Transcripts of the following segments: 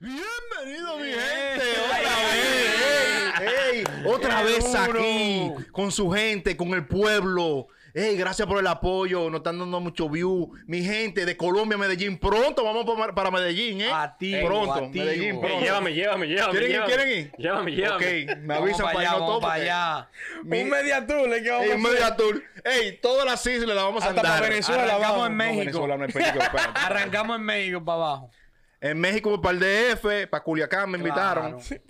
Bienvenido, mi gente, Otra Ey, vez. Otra qué vez duro. aquí. Con su gente, con el pueblo. Ey, gracias por el apoyo. Nos están dando mucho view. Mi gente de Colombia, Medellín. Pronto vamos pa- para Medellín, ¿eh? Activo, Pronto. activo. Medellín, Ey, pronto. llévame, llévame, llévame. ¿Quieren ir? llévame. ¿Quieren ir? Llévame, llévame. Ok, me avisan para allá, allá, vamos todo. para porque- allá. Mi- Un media tule que vamos Ey, a un hacer. media tour. Ey, todas las islas las vamos a Hasta andar. para Venezuela Arrancamos vamos. en No, México. Venezuela no es peligro, espérate. Arrancamos en México para abajo. En México para el DF, para Culiacán me invitaron. Claro.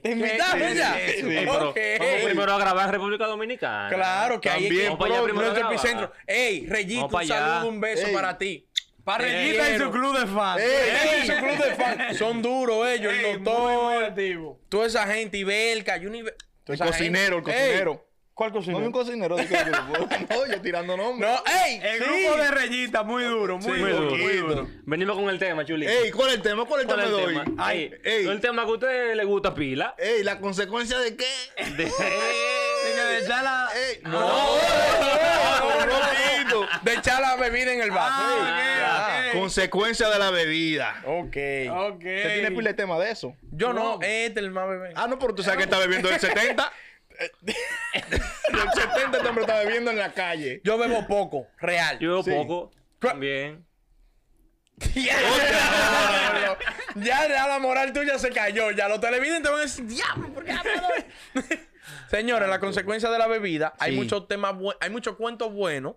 Te ¿qué invitamos es ya. eso? Ey, pero Ok. vamos primero a grabar en República Dominicana. Claro, que ahí es También, que vamos para allá pro- primero nuestro graba. epicentro. Ey, Reyito, Vamos un para allá. saludo, un beso Ey. para ti. Parrellita y su club de fans. Ey, Ey, su club de fans. Son duros ellos, Ey, Eh, el muy, muy doctor, activo. toda esa gente, Ibelka, Univer... El cocinero, el cocinero. ¿Cuál No, cocinero? un cocinero. digo, yo no puedo. No, yo tirando nombres. No, ey, El sí. grupo de Reyita, muy duro, muy Muy duro. duro, muy poquito. duro. Venimos con el tema, Chuli. Ey, ¿cuál es el tema? ¿Cuál es el ¿Cuál tema es de el hoy? tema? Ay, ey. el tema que a usted le gusta pila. Ey, ¿la consecuencia de qué? De- Tiene que echar la... Ey, no. no, no, no. De echar la bebida en el vaso. Ah, ok, ok. Consecuencia de la bebida. Ok. Ok. ¿Usted tiene pila de tema de eso? Yo no, este el más bebé. Ah, no, pero tú sabes que está bebiendo el 70. el 70 este hombre está bebiendo en la calle. Yo bebo poco, real. Yo veo Sí. poco. También. Ya, ya, ya la moral tuya se cayó. Ya los televidentes van a decir, diablo, ¿por qué hablas de-?" Señores, la consecuencia de la bebida, hay Sí. muchos temas buenos, hay muchos cuentos buenos.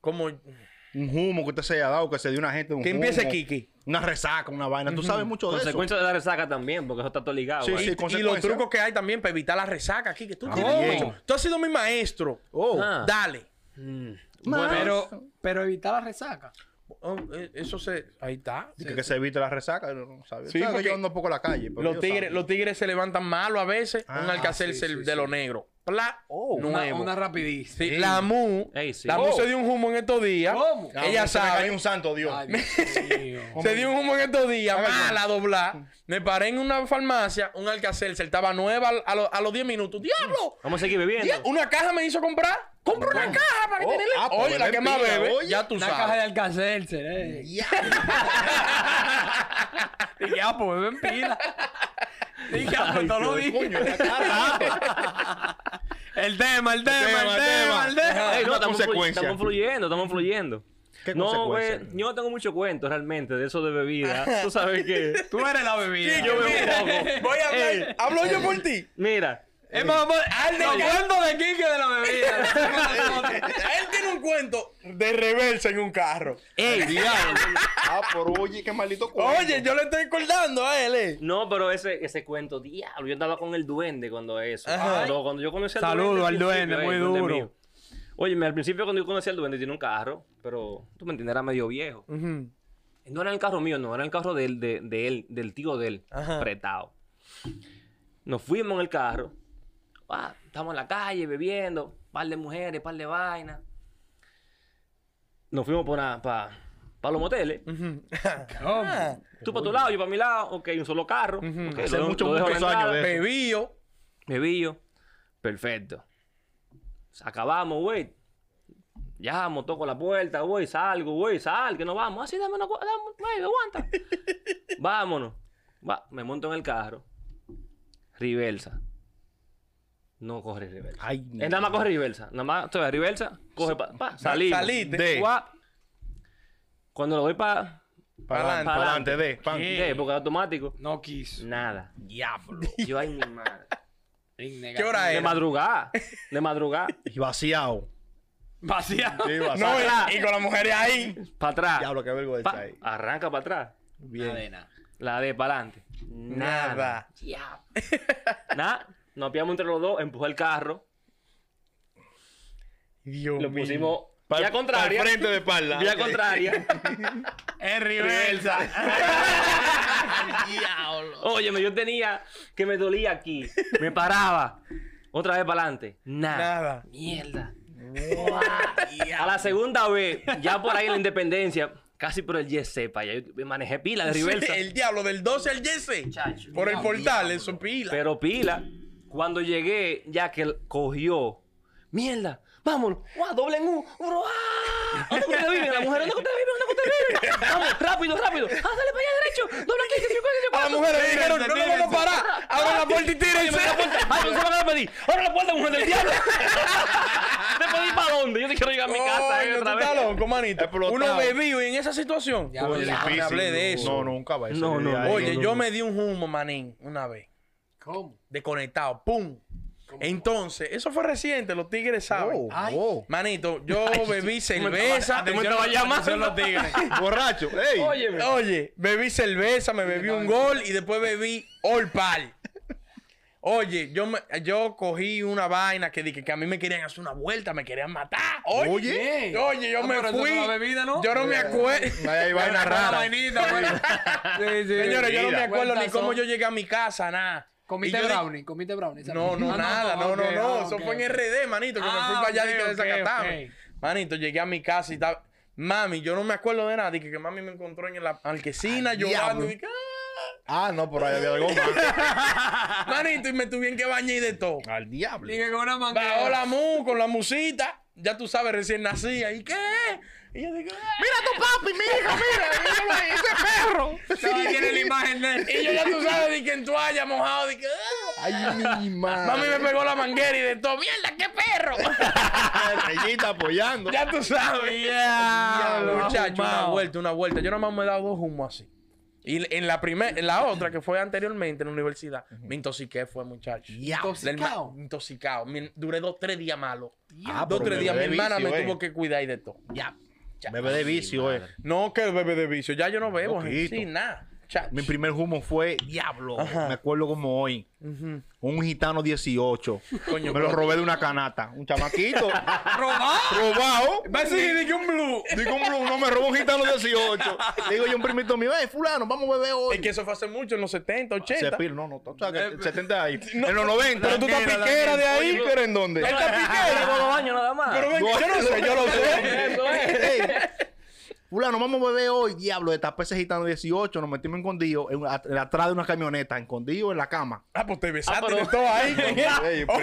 Como Un humo que usted se haya dado, que se dio una gente un que humo. empiece Kiki. Una resaca, una vaina. Tú sabes mucho de eso. Consecuencia de la resaca también, porque eso está todo ligado. Sí, ahí. sí. Y los consecuencia. trucos que hay también para evitar la resaca aquí, que tú tienes bien. mucho. Tú has sido mi maestro. Oh. Ah. Dale. Mm. Pero, pero evitar la resaca. Oh, eh, eso se. Ahí está. Y que, que se evite la resaca, no, no sabe. Sí, Sabe que porque yo ando un poco a la calle. pero Los ellos tigres, saben. los tigres se levantan malo a veces. Ah, un alcacer sí, se- sí, de sí. lo negro. Pla, Una, nuevo. una rapidísima. Sí, La Mu. Ey, sí. La Mu Oh. se dio un humo en estos días. ¿Cómo? Ah, Ella se me sabe. cayó un santo, Dios. Ay, Dios mío. Se dio un humo en estos días, Hágalo. mala doblar. Me paré en una farmacia, un alcacer, se estaba nueva al- a, lo- a los 10 minutos. ¡Diablo! Vamos a seguir bebiendo. Dia- Una caja me hizo comprar. Compra una caja para que Oh, tenerle. ah, pues Oye, la bebé que más pila, bebe. oye. ya tú Una sabes. caja de Alcacelser, eh. Ya. Y ya, pues beben pila. Y ya, pues Ay, todos los Dios, días. Coño, la Ah, cara. El tema, el tema, tema, el el tema, tema. el tema. Ey, no, no, estamos, flu- consecuencia. estamos fluyendo, estamos fluyendo. ¿Qué no, consecuencia? güey, yo no tengo mucho cuento realmente de eso de bebida. Tú sabes que. Tú eres la bebida. Yo bebo Mira, poco. Voy a hablar. Ey. Hablo yo por ti. Mira, Es más, vamos Ah, al de cuento de Quique de la bebida. Él tiene un cuento de reversa en un carro. Ey, diablo. Ah, pero oye, qué maldito cuento. Oye, yo le estoy acordando a él. eh. no, pero ese, ese cuento, diablo. Yo andaba con el duende cuando eso. Cuando, cuando yo conocí al Saludo al duende, principio, ey, muy duro. mío. Óyeme, al principio cuando yo conocí al duende, tiene un carro, pero tú me entiendes, era medio viejo. No era el carro mío, no, era el carro del, de, de él, del tío de él, Ajá. apretado. Nos fuimos en el carro. Ah, estamos en la calle bebiendo, par de mujeres, par de vainas. Nos fuimos para, para, los moteles. ¿Cómo? Tú para tu lado, yo para mi lado. Ok, un solo carro. Ok, Hace lo- muchos, lo dejo a la muchos años entrada. de eso. Bebío. Bebillo. Perfecto. Acabamos, güey. Ya, toco la puerta, güey, salgo, güey, sal, que no vamos. Así, dame una cosa, güey, aguanta. Vámonos. Va, me monto en el carro. Reversa. No corre reversa. Ay, Es nada más coge reversa. Nada más, estoy reversa, coge pa, pa, salimos. Saliste. De- Guap. Cuando lo doy para Para adelante, Pa'lante. para adelante, de. pan. ¿Qué? porque automático, No quiso. nada. Diablo. Yo, ay, mi madre. ¿Qué hora De era? madrugada, de madrugada, Y vaciado. Vacía. Sí, vaciado. No, y- atrás. y con las mujeres ahí. para atrás. Diablo, qué vergüenza Pa- ahí. arranca para atrás. Bien. Cadena. La de para adelante. Nada. Diablo. Nada. Nos apiamos entre los dos, empujó el carro, Dios lo mío. pusimos Pa'l- vía contraria. pa'l frente de espalda. Vía Ok. contraria. Es reversa. Óyeme, yo tenía que me dolía aquí. Me paraba. Otra vez para adelante. Nada. Nada. Mierda. a la segunda vez, ya por ahí en la independencia, casi por el Yes para allá. Yo manejé pila de Sí, reversa. el diablo del 12 al 10. Chacho. Por el portal, eso pila. Pero pila, cuando llegué, ya que él cogió, mierda, vámonos, guau, doble en U, uno, ¡ah! ¿Dónde usted vive? La mujer, ¿dónde usted vive? ¿Dónde usted vive? Vamos, rápido, rápido, ah, dale para allá derecho, doble aquí, que se cuelga, que se a las mujeres le dijeron, no nos vamos a parar. Abran la puerta y tírense. Ay, no se van a pedir. Ahora la puerta, mujer del diablo. ¿Te pedí para dónde? Yo te quiero llegar a mi casa eh, Coño, otra tú vez. estás loco, manito. Explotado. Uno bebido y en esa situación. Ya, Coño, Oye, ya, me hablé de eso. No, nunca va. No, no, no. Oye, yo me di un humo, manín, una vez. ¿Cómo? Desconectado, pum. Entonces, eso fue reciente, los tigres saben. Oh, Ay. oh. Manito, yo bebí cerveza. te me estaba Atención llamando. los tigres. Borracho. Ey. Óyeme. Oye, bebí cerveza, me bebí un gol y después bebí All Pal. Oye, yo, me- yo cogí una vaina que dije que a mí me querían hacer una vuelta, me querían matar. Oye, Oye. oye, yo Ah, me pero eso fui. fue la bebida, ¿no? Yo no me acuerdo. Ahí hay vaina Una rara. vainita, güey. Sí, sí. Señores, yo no me Mira. acuerdo ni Cuentas cómo son- yo llegué a mi casa, nada. Comiste Y yo di- brownie, comiste brownie. ¿sabes? No, no, Ah, nada, no, no, no. ok, ah, Eso ok, fue en ok. RD, manito, que me Ah, fui para allá ok, y que ok, desacatame. ok. Manito, llegué a mi casa y estaba. Mami, yo no me acuerdo de nada. Dije que mami me encontró en la marquesina llorando. diablo. Y dije, "Ah". Ah, no, por ahí había algo más. Manito, y me tuvieron que bañar y de todo. Al diablo. Dije con una manguera. Bajó la mu con la musita. Ya tú sabes, recién nacía. ¿Y qué? Y yo digo, "Ah". Mira tu papi, mi hija, mira. míralo ahí, ese perro. Todavía tiene la imagen de él. Y yo ya tú sabes, dije en toalla mojado. Dije, "Ah". Ay, mi Mami Ah. madre. me pegó la manguera y de todo. ¡Mierda, qué perro! Estrellita apoyando. ya tú sabes. Diablo, Muchacho, una ahumado. vuelta, una vuelta. Yo nada más me he dado dos humos así. Y en la primera, en la otra que fue anteriormente en la universidad, me intoxiqué fue, muchacho. Diablo. Del ma- Intoxicado. Intoxicado. Mi- Duré dos, tres días malo. Ah, dos, pero tres días. Mi bebé de hermana vicio, me eh. tuvo que cuidar y de todo. Bebé de vicio, eh. No, que bebé de vicio. Ya yo no bebo. Poquito. Sí, nada. Chacho. Mi primer humo fue Diablo. Me acuerdo como hoy. Un gitano 18. Coño, me lo bro. robé de una canata. Un chamaquito. Robado. robado. Va a seguir de que un blue. Digo, un blue, no me robó un gitano 18. Le digo yo a un primito mío, eh, fulano, vamos a beber hoy. Es que eso fue hace mucho, en los 70, 80. Se pil- no, no, o sea, que 70 ahí. en los 90. pero tú estás piquera de ahí. Oye, ¿Piquera en dónde? Él está Ah, llevo piquero. dos años nada más. Pero ven, que yo no sé, yo lo sé. Eso Ey, es. Fulano, vamos a beber hoy, diablo, destapé ese gitano 18, nos metimos escondidos en, at- atrás de una camioneta, escondido en la cama. Ah, pues te besaste pero- de todo ahí. Ey, Ah, primo,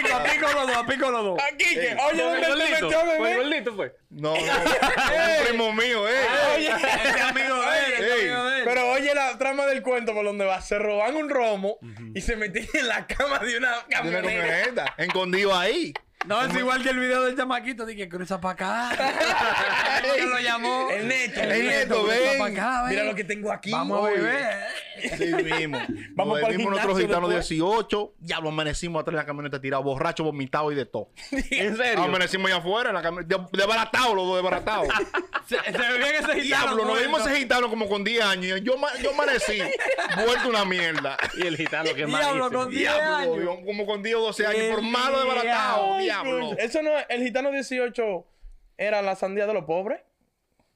A pico, a pico los dos, a pico los dos. Aquí, que, oye, Con el ¿dónde te gordito, metió, con el bebé? gordito pues. fue. No, no, es un primo mío, eh. Oye, Ese Este amigo de él, ese Ey. amigo de él. pero oye la trama del cuento por donde va. Se roban un romo y se metían en la cama de una De una camioneta. camioneta, escondido ahí. No, es igual que el video del chamaquito. Dije, cruza para acá. Yo lo llamó. El neto. El neto, cruza ven. pa' acá, ven. Mira lo que tengo aquí. Vamos a Oye. beber. Sí mismo. Vamos Nos pa'l bebimos gimnasio nuestros gitanos después. 18, diablo, amanecimos atrás de la camioneta tirado, borracho, vomitado y de todo. ¿En serio? Amanecimos allá afuera, en la camioneta, desbaratado, los dos desbaratados. Se, se bebían ese gitano. Diablo, nos muerto. vimos ese gitano como con 10 años. Yo, ma- yo amanecí vuelto una mierda. Y el gitano que es Diablo, malísimo. con 10 Diablo, años. yo como con 10 o 12 años, El por malo desbaratado, Ay, diablo. coño. Eso no, es- el gitano 18 era la sandía de los pobres.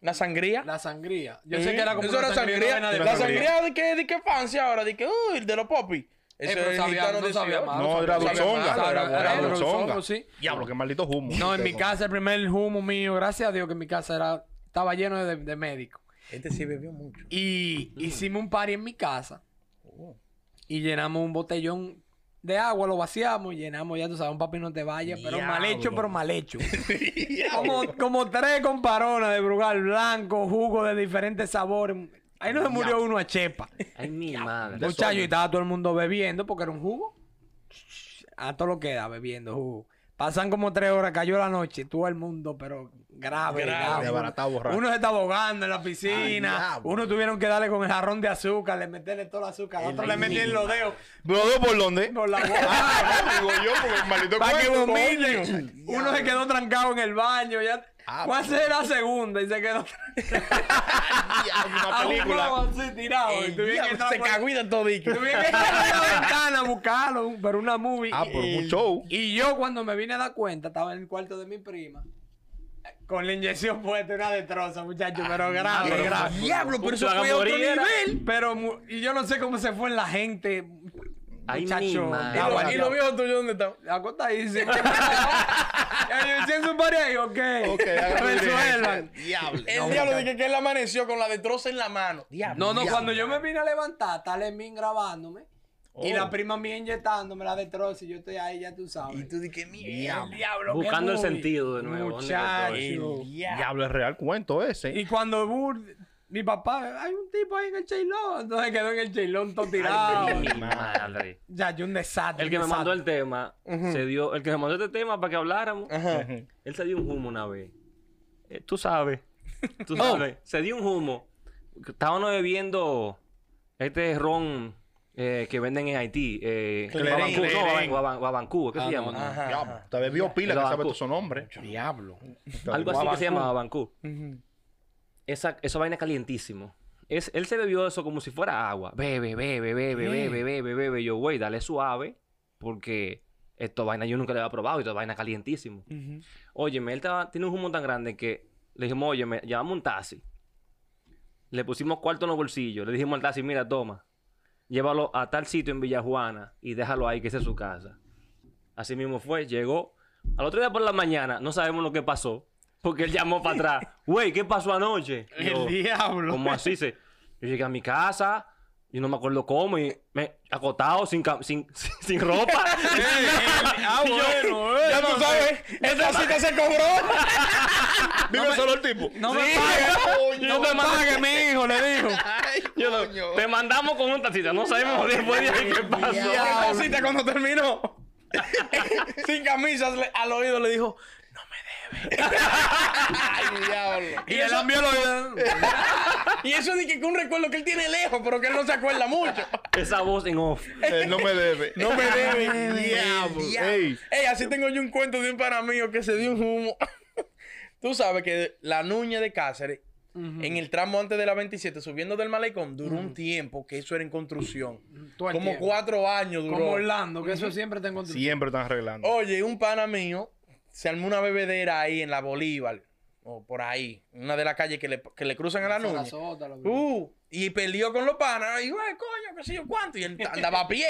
La sangría. La sangría. Yo sé que era como ¿Eh? Eso una era sangría. sangría. llena de la pan. sangría de que, de que fancy ahora, de que, uy, de los popis. Eso pero es sabía- gitano no sabía 18. mal. No, era Sabe dulzonga. mal, Era, era- era era dulzonga. dulzonga, sí. Diablo, qué maldito humo. No, en mi casa el primer humo mío, gracias a Dios que en mi casa era, estaba lleno de, de médicos. Este sí bebió mucho. Y hicimos un party en mi casa. Y llenamos un botellón de agua, lo vaciamos y llenamos, ya tú sabes, un papi no te vaya, pero mal hecho, pero mal hecho. como, como tres comparonas de brugal blanco, jugo de diferentes sabores. Ahí no se murió uno a chepa. Ay, mi madre. Muchachos, y estaba todo el mundo bebiendo porque era un jugo. A todo lo que da bebiendo jugo. Pasan como tres horas, cayó la noche, todo el mundo, pero grave, Grave, grave. desbaratado, borracho. Uno se está ahogando en la piscina. Ay, diablo. uno tuvieron que darle con el jarrón de azúcar, le meterle todo el azúcar. Al otro le metían los dedos ¿Brodo por dónde? por la boca. Ah, digo yo, porque el maldito Para que cuerpo, vomiten. Uno se quedó trancado en el baño. Ya... Ah, ¿Cuál será la segunda? Y se quedó diablo, una Ah, ahogado película. así, tirado. Y tuvieron que Diablo, entrar Se por- cagó y de todo dique. Tuve que ir a la ventana a buscarlo, un- pero una movie. Ah, pero un show. Y yo cuando me vine a dar cuenta, estaba en el cuarto de mi prima. eh, Con la inyección puesta, una destroza, muchachos, pero grave, pero- grave. Diablo, pero eso La fue a otro gamorriera. nivel. Pero, mu- y yo no sé cómo se fue en la gente. Ahí Muchacho, mismo. ¿Y, lo- y los viejos tuyos dónde están? Acostadísimo. Ya, yo hice su pareja y ok. Ok, A hágame ver, un suélvan. directo. Diablo. Eh, El diablo dije que él amaneció con la destroza en la mano. Diablo. No, no, Diablo. cuando yo me vine a levantar, está Lemín grabándome. Y Oh. la prima mía inyectándome la de trozo y yo estoy ahí, ya tú sabes. Y tú dije, mierda. Diablo. diablo, qué Buscando el movie. sentido de nuevo. ¿dónde Muchacho. estoy? El diablo. Diablo, es real cuento ese. Y cuando Bur- mi papá, hay un tipo ahí en el chailón. Entonces quedó en el chailón todo tirado. Ay, mi madre. ya, yo un desastre. El que un me mandó desastre. el tema, se dio, el que me mandó este tema para que habláramos, Ajá. él se dio un humo una vez. Eh, tú sabes, Oh. tú sabes, se dio un humo. Estábamos bebiendo este ron eh, que venden en Haití, eh, Cleren, Ah, Babancú, no, Cleren. Baban- Babancú, ¿qué se llama? Ajá. Diablo, te bebió pila que Pero sabe banco. tu su nombre. Diablo. Algo así que se llama Babancú. Ujú. Esa, esa vaina calientísimo. Es, él se bebió eso como si fuera agua. Bebe, bebe, bebe, bebe, bebe, bebe. Yo, güey, dale suave. Porque esta vaina yo nunca la había probado y esta vaina calientísimo. Óyeme, él estaba- tiene un humo tan grande que le dijimos, óyeme, llamamos un taxi. Le pusimos cuarto en los bolsillos. Le dijimos al taxi, mira, toma. Llévalo a tal sitio en Villajuana y déjalo ahí, que esa es su casa. Así mismo fue, llegó. Al otro día por la mañana, no sabemos lo que pasó. Porque él llamó para atrás. Güey, ¿qué pasó anoche? Yo, El diablo. ¿Cómo así? Se, yo llegué a mi casa, yo no me acuerdo cómo, y me acotado, sin, cam- sin, sin, sin ropa. Ah, bueno, eh. Ya tú sabes, esa cita se cobró. Vive solo el tipo. No me Sí. pagues. Yo No te me mando- pagues, mi hijo, le dijo. Yo lo- te mandamos con un tacita, no sabemos después de ahí qué pasó. Esa cita cuando terminó. Sin camisas le- al oído le dijo, Y el envió lo. y eso dije que un recuerdo que él tiene lejos, pero que él no se acuerda mucho. Esa voz en off. Él Eh, no me debe. No me debe. Diablo. Ey. Ey, así tengo yo un cuento de un pana mío que se dio un humo. Tú sabes que la nuña de Cáceres, en el tramo antes de la 27, subiendo del malecón, duró un tiempo que eso era en construcción. Todo el Como tiempo. cuatro años duró. Como Orlando, que eso siempre te encontré. Siempre están arreglando. Oye, un pana mío se armó una bebedera ahí en la Bolívar, o por ahí, una de las calles que le, que le cruzan a la nuña. Uh, y peleó con los panas. Y yo, "Eh, coño, qué sé yo cuánto. Y él andaba a pie.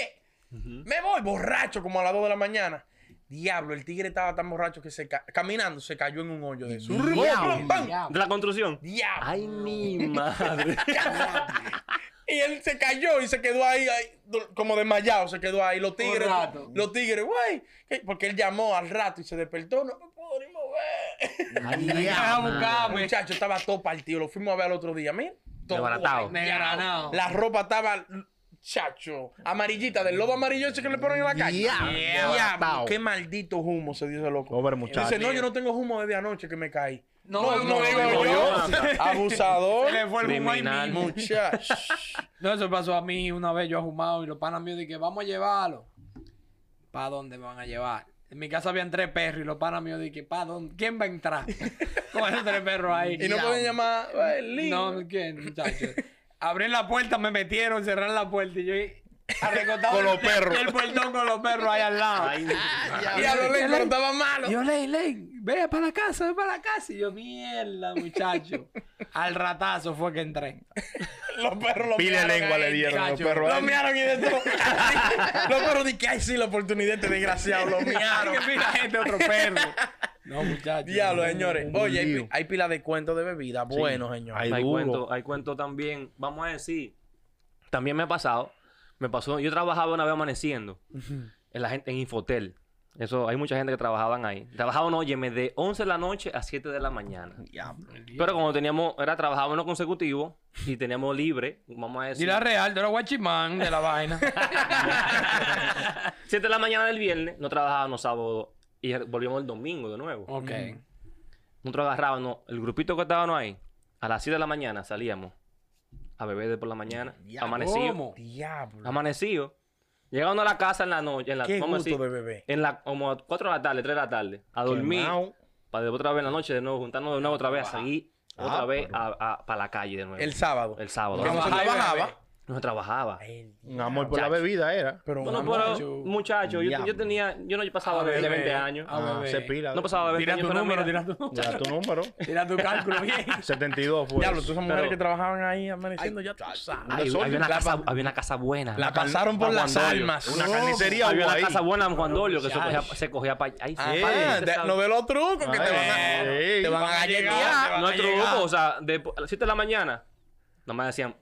Me voy borracho como a las 2 de la mañana. Diablo, el tigre estaba tan borracho que se ca- caminando se cayó en un hoyo de eso. Diablo, Rum, pam, pam. De la construcción. Diablo. Ay, mi madre. Y él se cayó y se quedó ahí, ahí, do- como desmayado, se quedó ahí. Los tigres, rato. los tigres, güey. ¿qué? Porque él llamó al rato y se despertó. No me puedo ni mover. Ay, Ya, mi madre. buscame. Muchacho, estaba todo partido. Lo fuimos a ver al otro día. Mira, todo Desbaratado. Desgranado. La ropa estaba, chacho, amarillita, del lobo amarilloso que le ponen en la calle. Diablo. Diablo, qué maldito humo se dice loco. Pobre Y Dice, muchacho. no, yo no tengo humo desde anoche que me caí. No, no, no, digo no, yo. Abusador. Se le fue el humo ahí Criminal. mismo. Muchacho. No, eso pasó a mí una vez, yo ahumado y los panas míos dije, vamos a llevarlo. ¿Para dónde me van a llevar? En mi casa habían tres perros y los panas míos dije, ¿para dónde? ¿Quién va a entrar? Con esos tres perros ahí. Y no pueden llamar. "Ay, lindo". No, ¿quién, muchachos? Abrí la puerta, me metieron, cerraron la puerta y yo arrecotado Con los el- perros. El puertón con los perros ahí al lado. Ay, mi- Diablo, le pero estaba malo. Y Yo, Ley, Ley, ve para la casa, ve para la casa. Y yo, mierda, muchacho. Al ratazo fue que entré. Los perros lo Pile miaron lengua ahí, le dieron los muchacho. perros. Lo a él. miaron y de todo. los perros dije, ay, sí, la oportunidad, este desgraciado. Lo miaron. Ay, que mira, gente, otro perro. No, muchacho. Diablo, señores. Oye, hay, Dios. pi- hay pila de cuentos de bebida. Bueno, señores. Ay, Hay duro. cuento, hay cuento también. Vamos a decir, también me ha pasado. Me pasó, yo trabajaba una vez amaneciendo en la gente en Infotel. Eso, hay mucha gente que trabajaban ahí. Trabajaban, óyeme, de 11 de la noche a 7 de la mañana. Pero como teníamos, era trabajábamos no consecutivo y teníamos libre, vamos a Y decir, la real, tú eres guachimán de la vaina. 7 de la mañana del viernes, no trabajábamos sábado y volvíamos el domingo de nuevo. ok. Nosotros agarrábamos, el grupito que estábamos ahí, a las 7 de la mañana salíamos a beber de por la mañana, amanecíamos. ¿Cómo? Diablo. Amanecido. Llegando a la casa en la noche, en la, Qué vamos a gusto decir, de bebé. en la, como a 4 de la tarde, 3 de la tarde, a dormir, Quemao. para de otra vez en la noche de nuevo, juntarnos de nuevo otra vez, a seguir Ah, otra vez pero- para la calle de nuevo. El sábado. El sábado. Que no se Trabajar y trabajaba. beber. No no se trabajaba. Un amor por la bebida era. Pero Bueno, vamos, pero, muchacho. muchacho, yo, Ya. yo tenía, yo no pasaba de, de 20 años. A Ah, bebé. se pila. No pasaba de 20 Tira años. tu pero número, mira, tira tu Ya tu número. Tira tu cálculo bien. 72 fue. Diablo, todas esas mujeres pues, Pero- que trabajaban ahí amaneciendo ya tú sabes. Ay, Sol, había, una la casa, pa- había una casa buena. La pasaron por las almas. Ah, Una carnicería había hubo una ahí. casa buena en Juan Dolio que se cogía, se cogía para ahí. Ah, sí, de- se sabe. no ve los trucos que te van a... Ey. Te van a Ya, galletear. no hay truco, o sea, de, a las 7 de la mañana, nomás decían,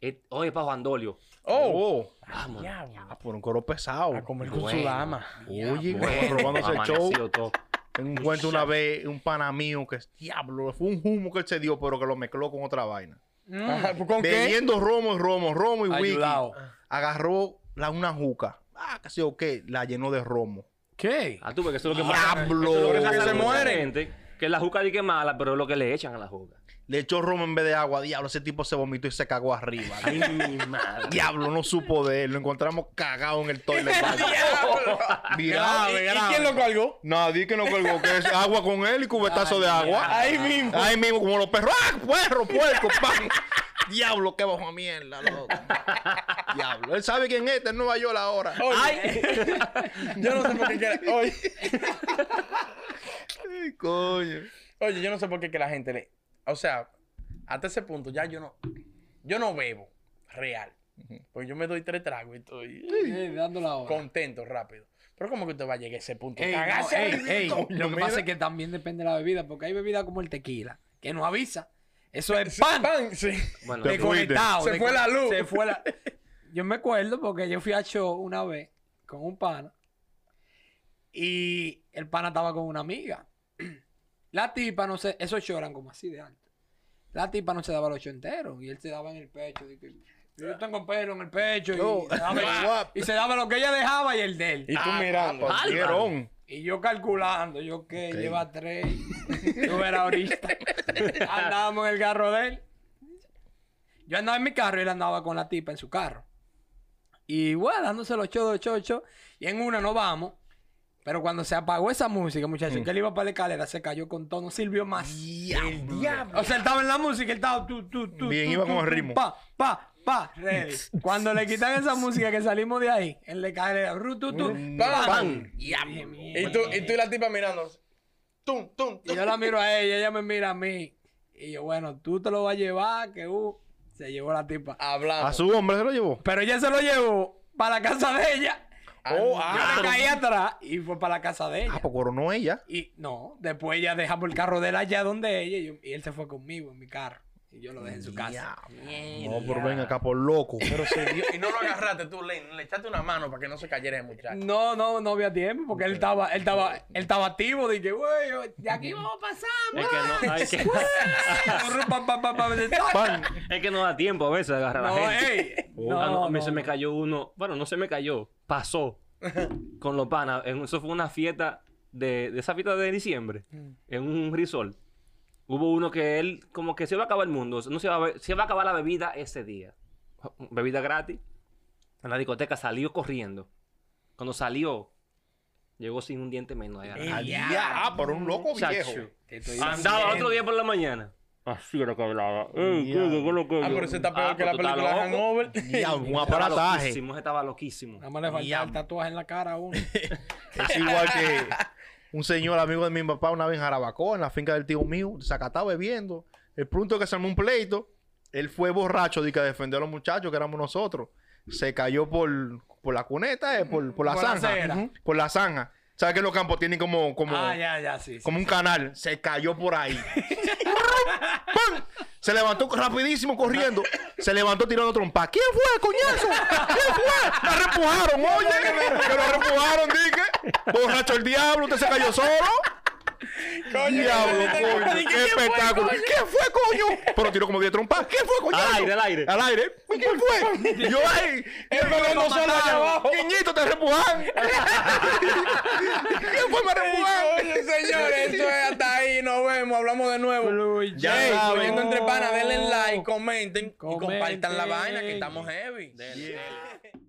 eh, oye, para Juan Dolio. Oh, Oh, Vamos. diablo. ah, por un coro pesado. A comer con su Bueno. dama. Oye, cabrón, robándose el show. Amaneció todo. En un cuento una vez, un pana mío que, diablo, fue un humo que él se dio, pero que lo mezcló con otra vaina. Ah, Ajá, Mm. ¿Con qué? Bebiendo romo y romo, romo y whisky. Ayudado. Agarró la, una juca. Ah, casi o qué, la llenó de romo. ¿Qué? Ah, tú, porque eso es lo que pasa. Diablo. Eso es lo que Que pasa se a mucha mueren. gente, Que la juca di que es mala, pero es lo que le echan a la juca. Le echó romo en vez de agua. Diablo, ese tipo se vomitó y se cagó arriba. Ay, mi madre. Diablo, no supo de él. Lo encontramos cagado en el toilet. Diablo. Mirá, ¿Y- ¿Y quién lo colgó? Nadie que no colgó que es agua con él y cubetazo de Ay, agua. Ahí mismo. Ahí mismo, como los perros. ¡Ah, puerro, puerco, pan! Diablo, qué bajo mierda, loco. Diablo, él sabe quién es, está en Nueva York ahora. Ay. yo no sé por qué que la- oye, Ay, coño. oye, yo no sé por qué que la gente le, o sea, hasta ese punto ya yo no yo no bebo real. Porque yo me doy tres tragos y estoy Sí, dando la hora. contento rápido. Pero como que usted va a llegar a ese punto. Ey, no, Cagarse ey, ahí, ey, coño, lo que mira. pasa es que también depende de la bebida, porque hay bebidas como el tequila, que nos avisa. Eso es Sí, pan. pan, sí. Bueno, Te fuiste. Desconectado. Se descone- fue la luz. Se fue la... Yo me acuerdo porque yo fui a show una vez con un pana y el pana estaba con una amiga. La tipa, no sé, esos shows eran como así de alto. La tipa no se daba los shows enteros y él se daba en el pecho. de que, yo tengo pelo en el pecho y, Oh, se daba, guap. y se daba lo que ella dejaba y el de él. Y tú Ah, mirando. Álvaro. Dieron. Y yo calculando, yo que lleva tres. Yo era ahorita. Andábamos en el carro de él. Yo andaba en mi carro y él andaba con la tipa en su carro. Y bueno, dándose los chodos, chocho. Y en una nos vamos. Pero cuando se apagó esa música, Mm. muchachos, que él iba para la escalera, se cayó con todo, no sirvió más. El diablo. O sea, él estaba en la música, él estaba tú, tú, tú. Bien, tú, iba tú, con el tú, ritmo. Pa, pa, pa, ready. Cuando le quitan esa música que salimos de ahí, él le cae, le ru, tu, Mm. tu, Pan. pam. Y yo dije, Y tú, y tú y la tipa mirando. Tum, tum, y tum. yo la miro a ella, ella me mira a mí. Y yo, bueno, tú te lo vas a llevar, que uh, se llevó la tipa. Hablamos. A su hombre se lo llevó. Pero ella se lo llevó para la casa de ella. Oh, Yo ah, le caí atrás y fue para la casa de Ah, ella. pues coronó ella. Y no, después ella dejamos el carro de él allá donde ella y, yo- y él se fue conmigo en mi carro. Y yo lo dejé en su casa. No, pero ven acá por loco. Pero se dio. Y no lo agarraste tú, Lane. Le echaste una mano para que no se cayera el muchacho. No, no, no había tiempo porque él estaba, él estaba, él estaba activo. Dije, güey, de aquí vamos a pasar, Es que no, hay que- man". Pa, pa, pa, pa, pa. es que no da tiempo a veces de agarrar a la No, ey. gente. Ah, no, a mí se no. me cayó uno. Bueno, no se me cayó. Pasó. con los panas. En- Eso fue una fiesta de, de esa fiesta de diciembre. Mm. En un resort. Hubo uno que él, como que se iba a acabar el mundo. No se iba a, be- se iba a acabar la bebida ese día. Bebida gratis. En la discoteca salió corriendo. Cuando salió, llegó sin un diente menos. ahí a la- Eh, Ah, ya, ah, por un loco Chacho. viejo. Te estoy Andaba otro día por la mañana. Así era que hablaba. Eh, ¿qué, qué, qué, lo que Ah, yo? pero ese está peor Ah, que pues la tú estás película loco. Hangover. Ah, Diablo, un Estaba aparataje. loquísimo, ese estaba loquísimo. Nada más le faltaba el tatuaje en la cara a uno. Es igual que un señor amigo de mi papá una vez en Jarabacoa, en la finca del tío mío, desacatado bebiendo. El punto que se armó un pleito, él fue borracho de que defendió a los muchachos que éramos nosotros. Se cayó por, por la cuneta, eh, por, por la Por la zanja. acera. Ujú. por la zanja. ¿Sabes que los campos tienen como, como, Ah, ya, ya, sí. sí. como un canal? Se cayó por ahí. ¡Pam! Se levantó rapidísimo corriendo. Se levantó tirando trompa. ¿Quién fue, coñazo? ¿Quién fue? La repujaron, oye. Que lo repujaron, dije. Borracho el diablo, usted se cayó solo. Diablo, coño. Qué espectáculo. ¿Quién fue, coño? Pero tiró como 10 trompas. ¿Quién fue, coño? Al aire, al aire. Al aire. ¿Quién fue? Y Yo ahí. Él bailando solo allá abajo. Niñito, te repujaron. ¿Quién fue, me repujaron? Oye, señores, eso es hasta ahí. Nos vemos, hablamos de nuevo. Fluye. Ya Ey, saben. poniendo entre panas, denle like, comenten, y Comenten. compartan la vaina que estamos heavy.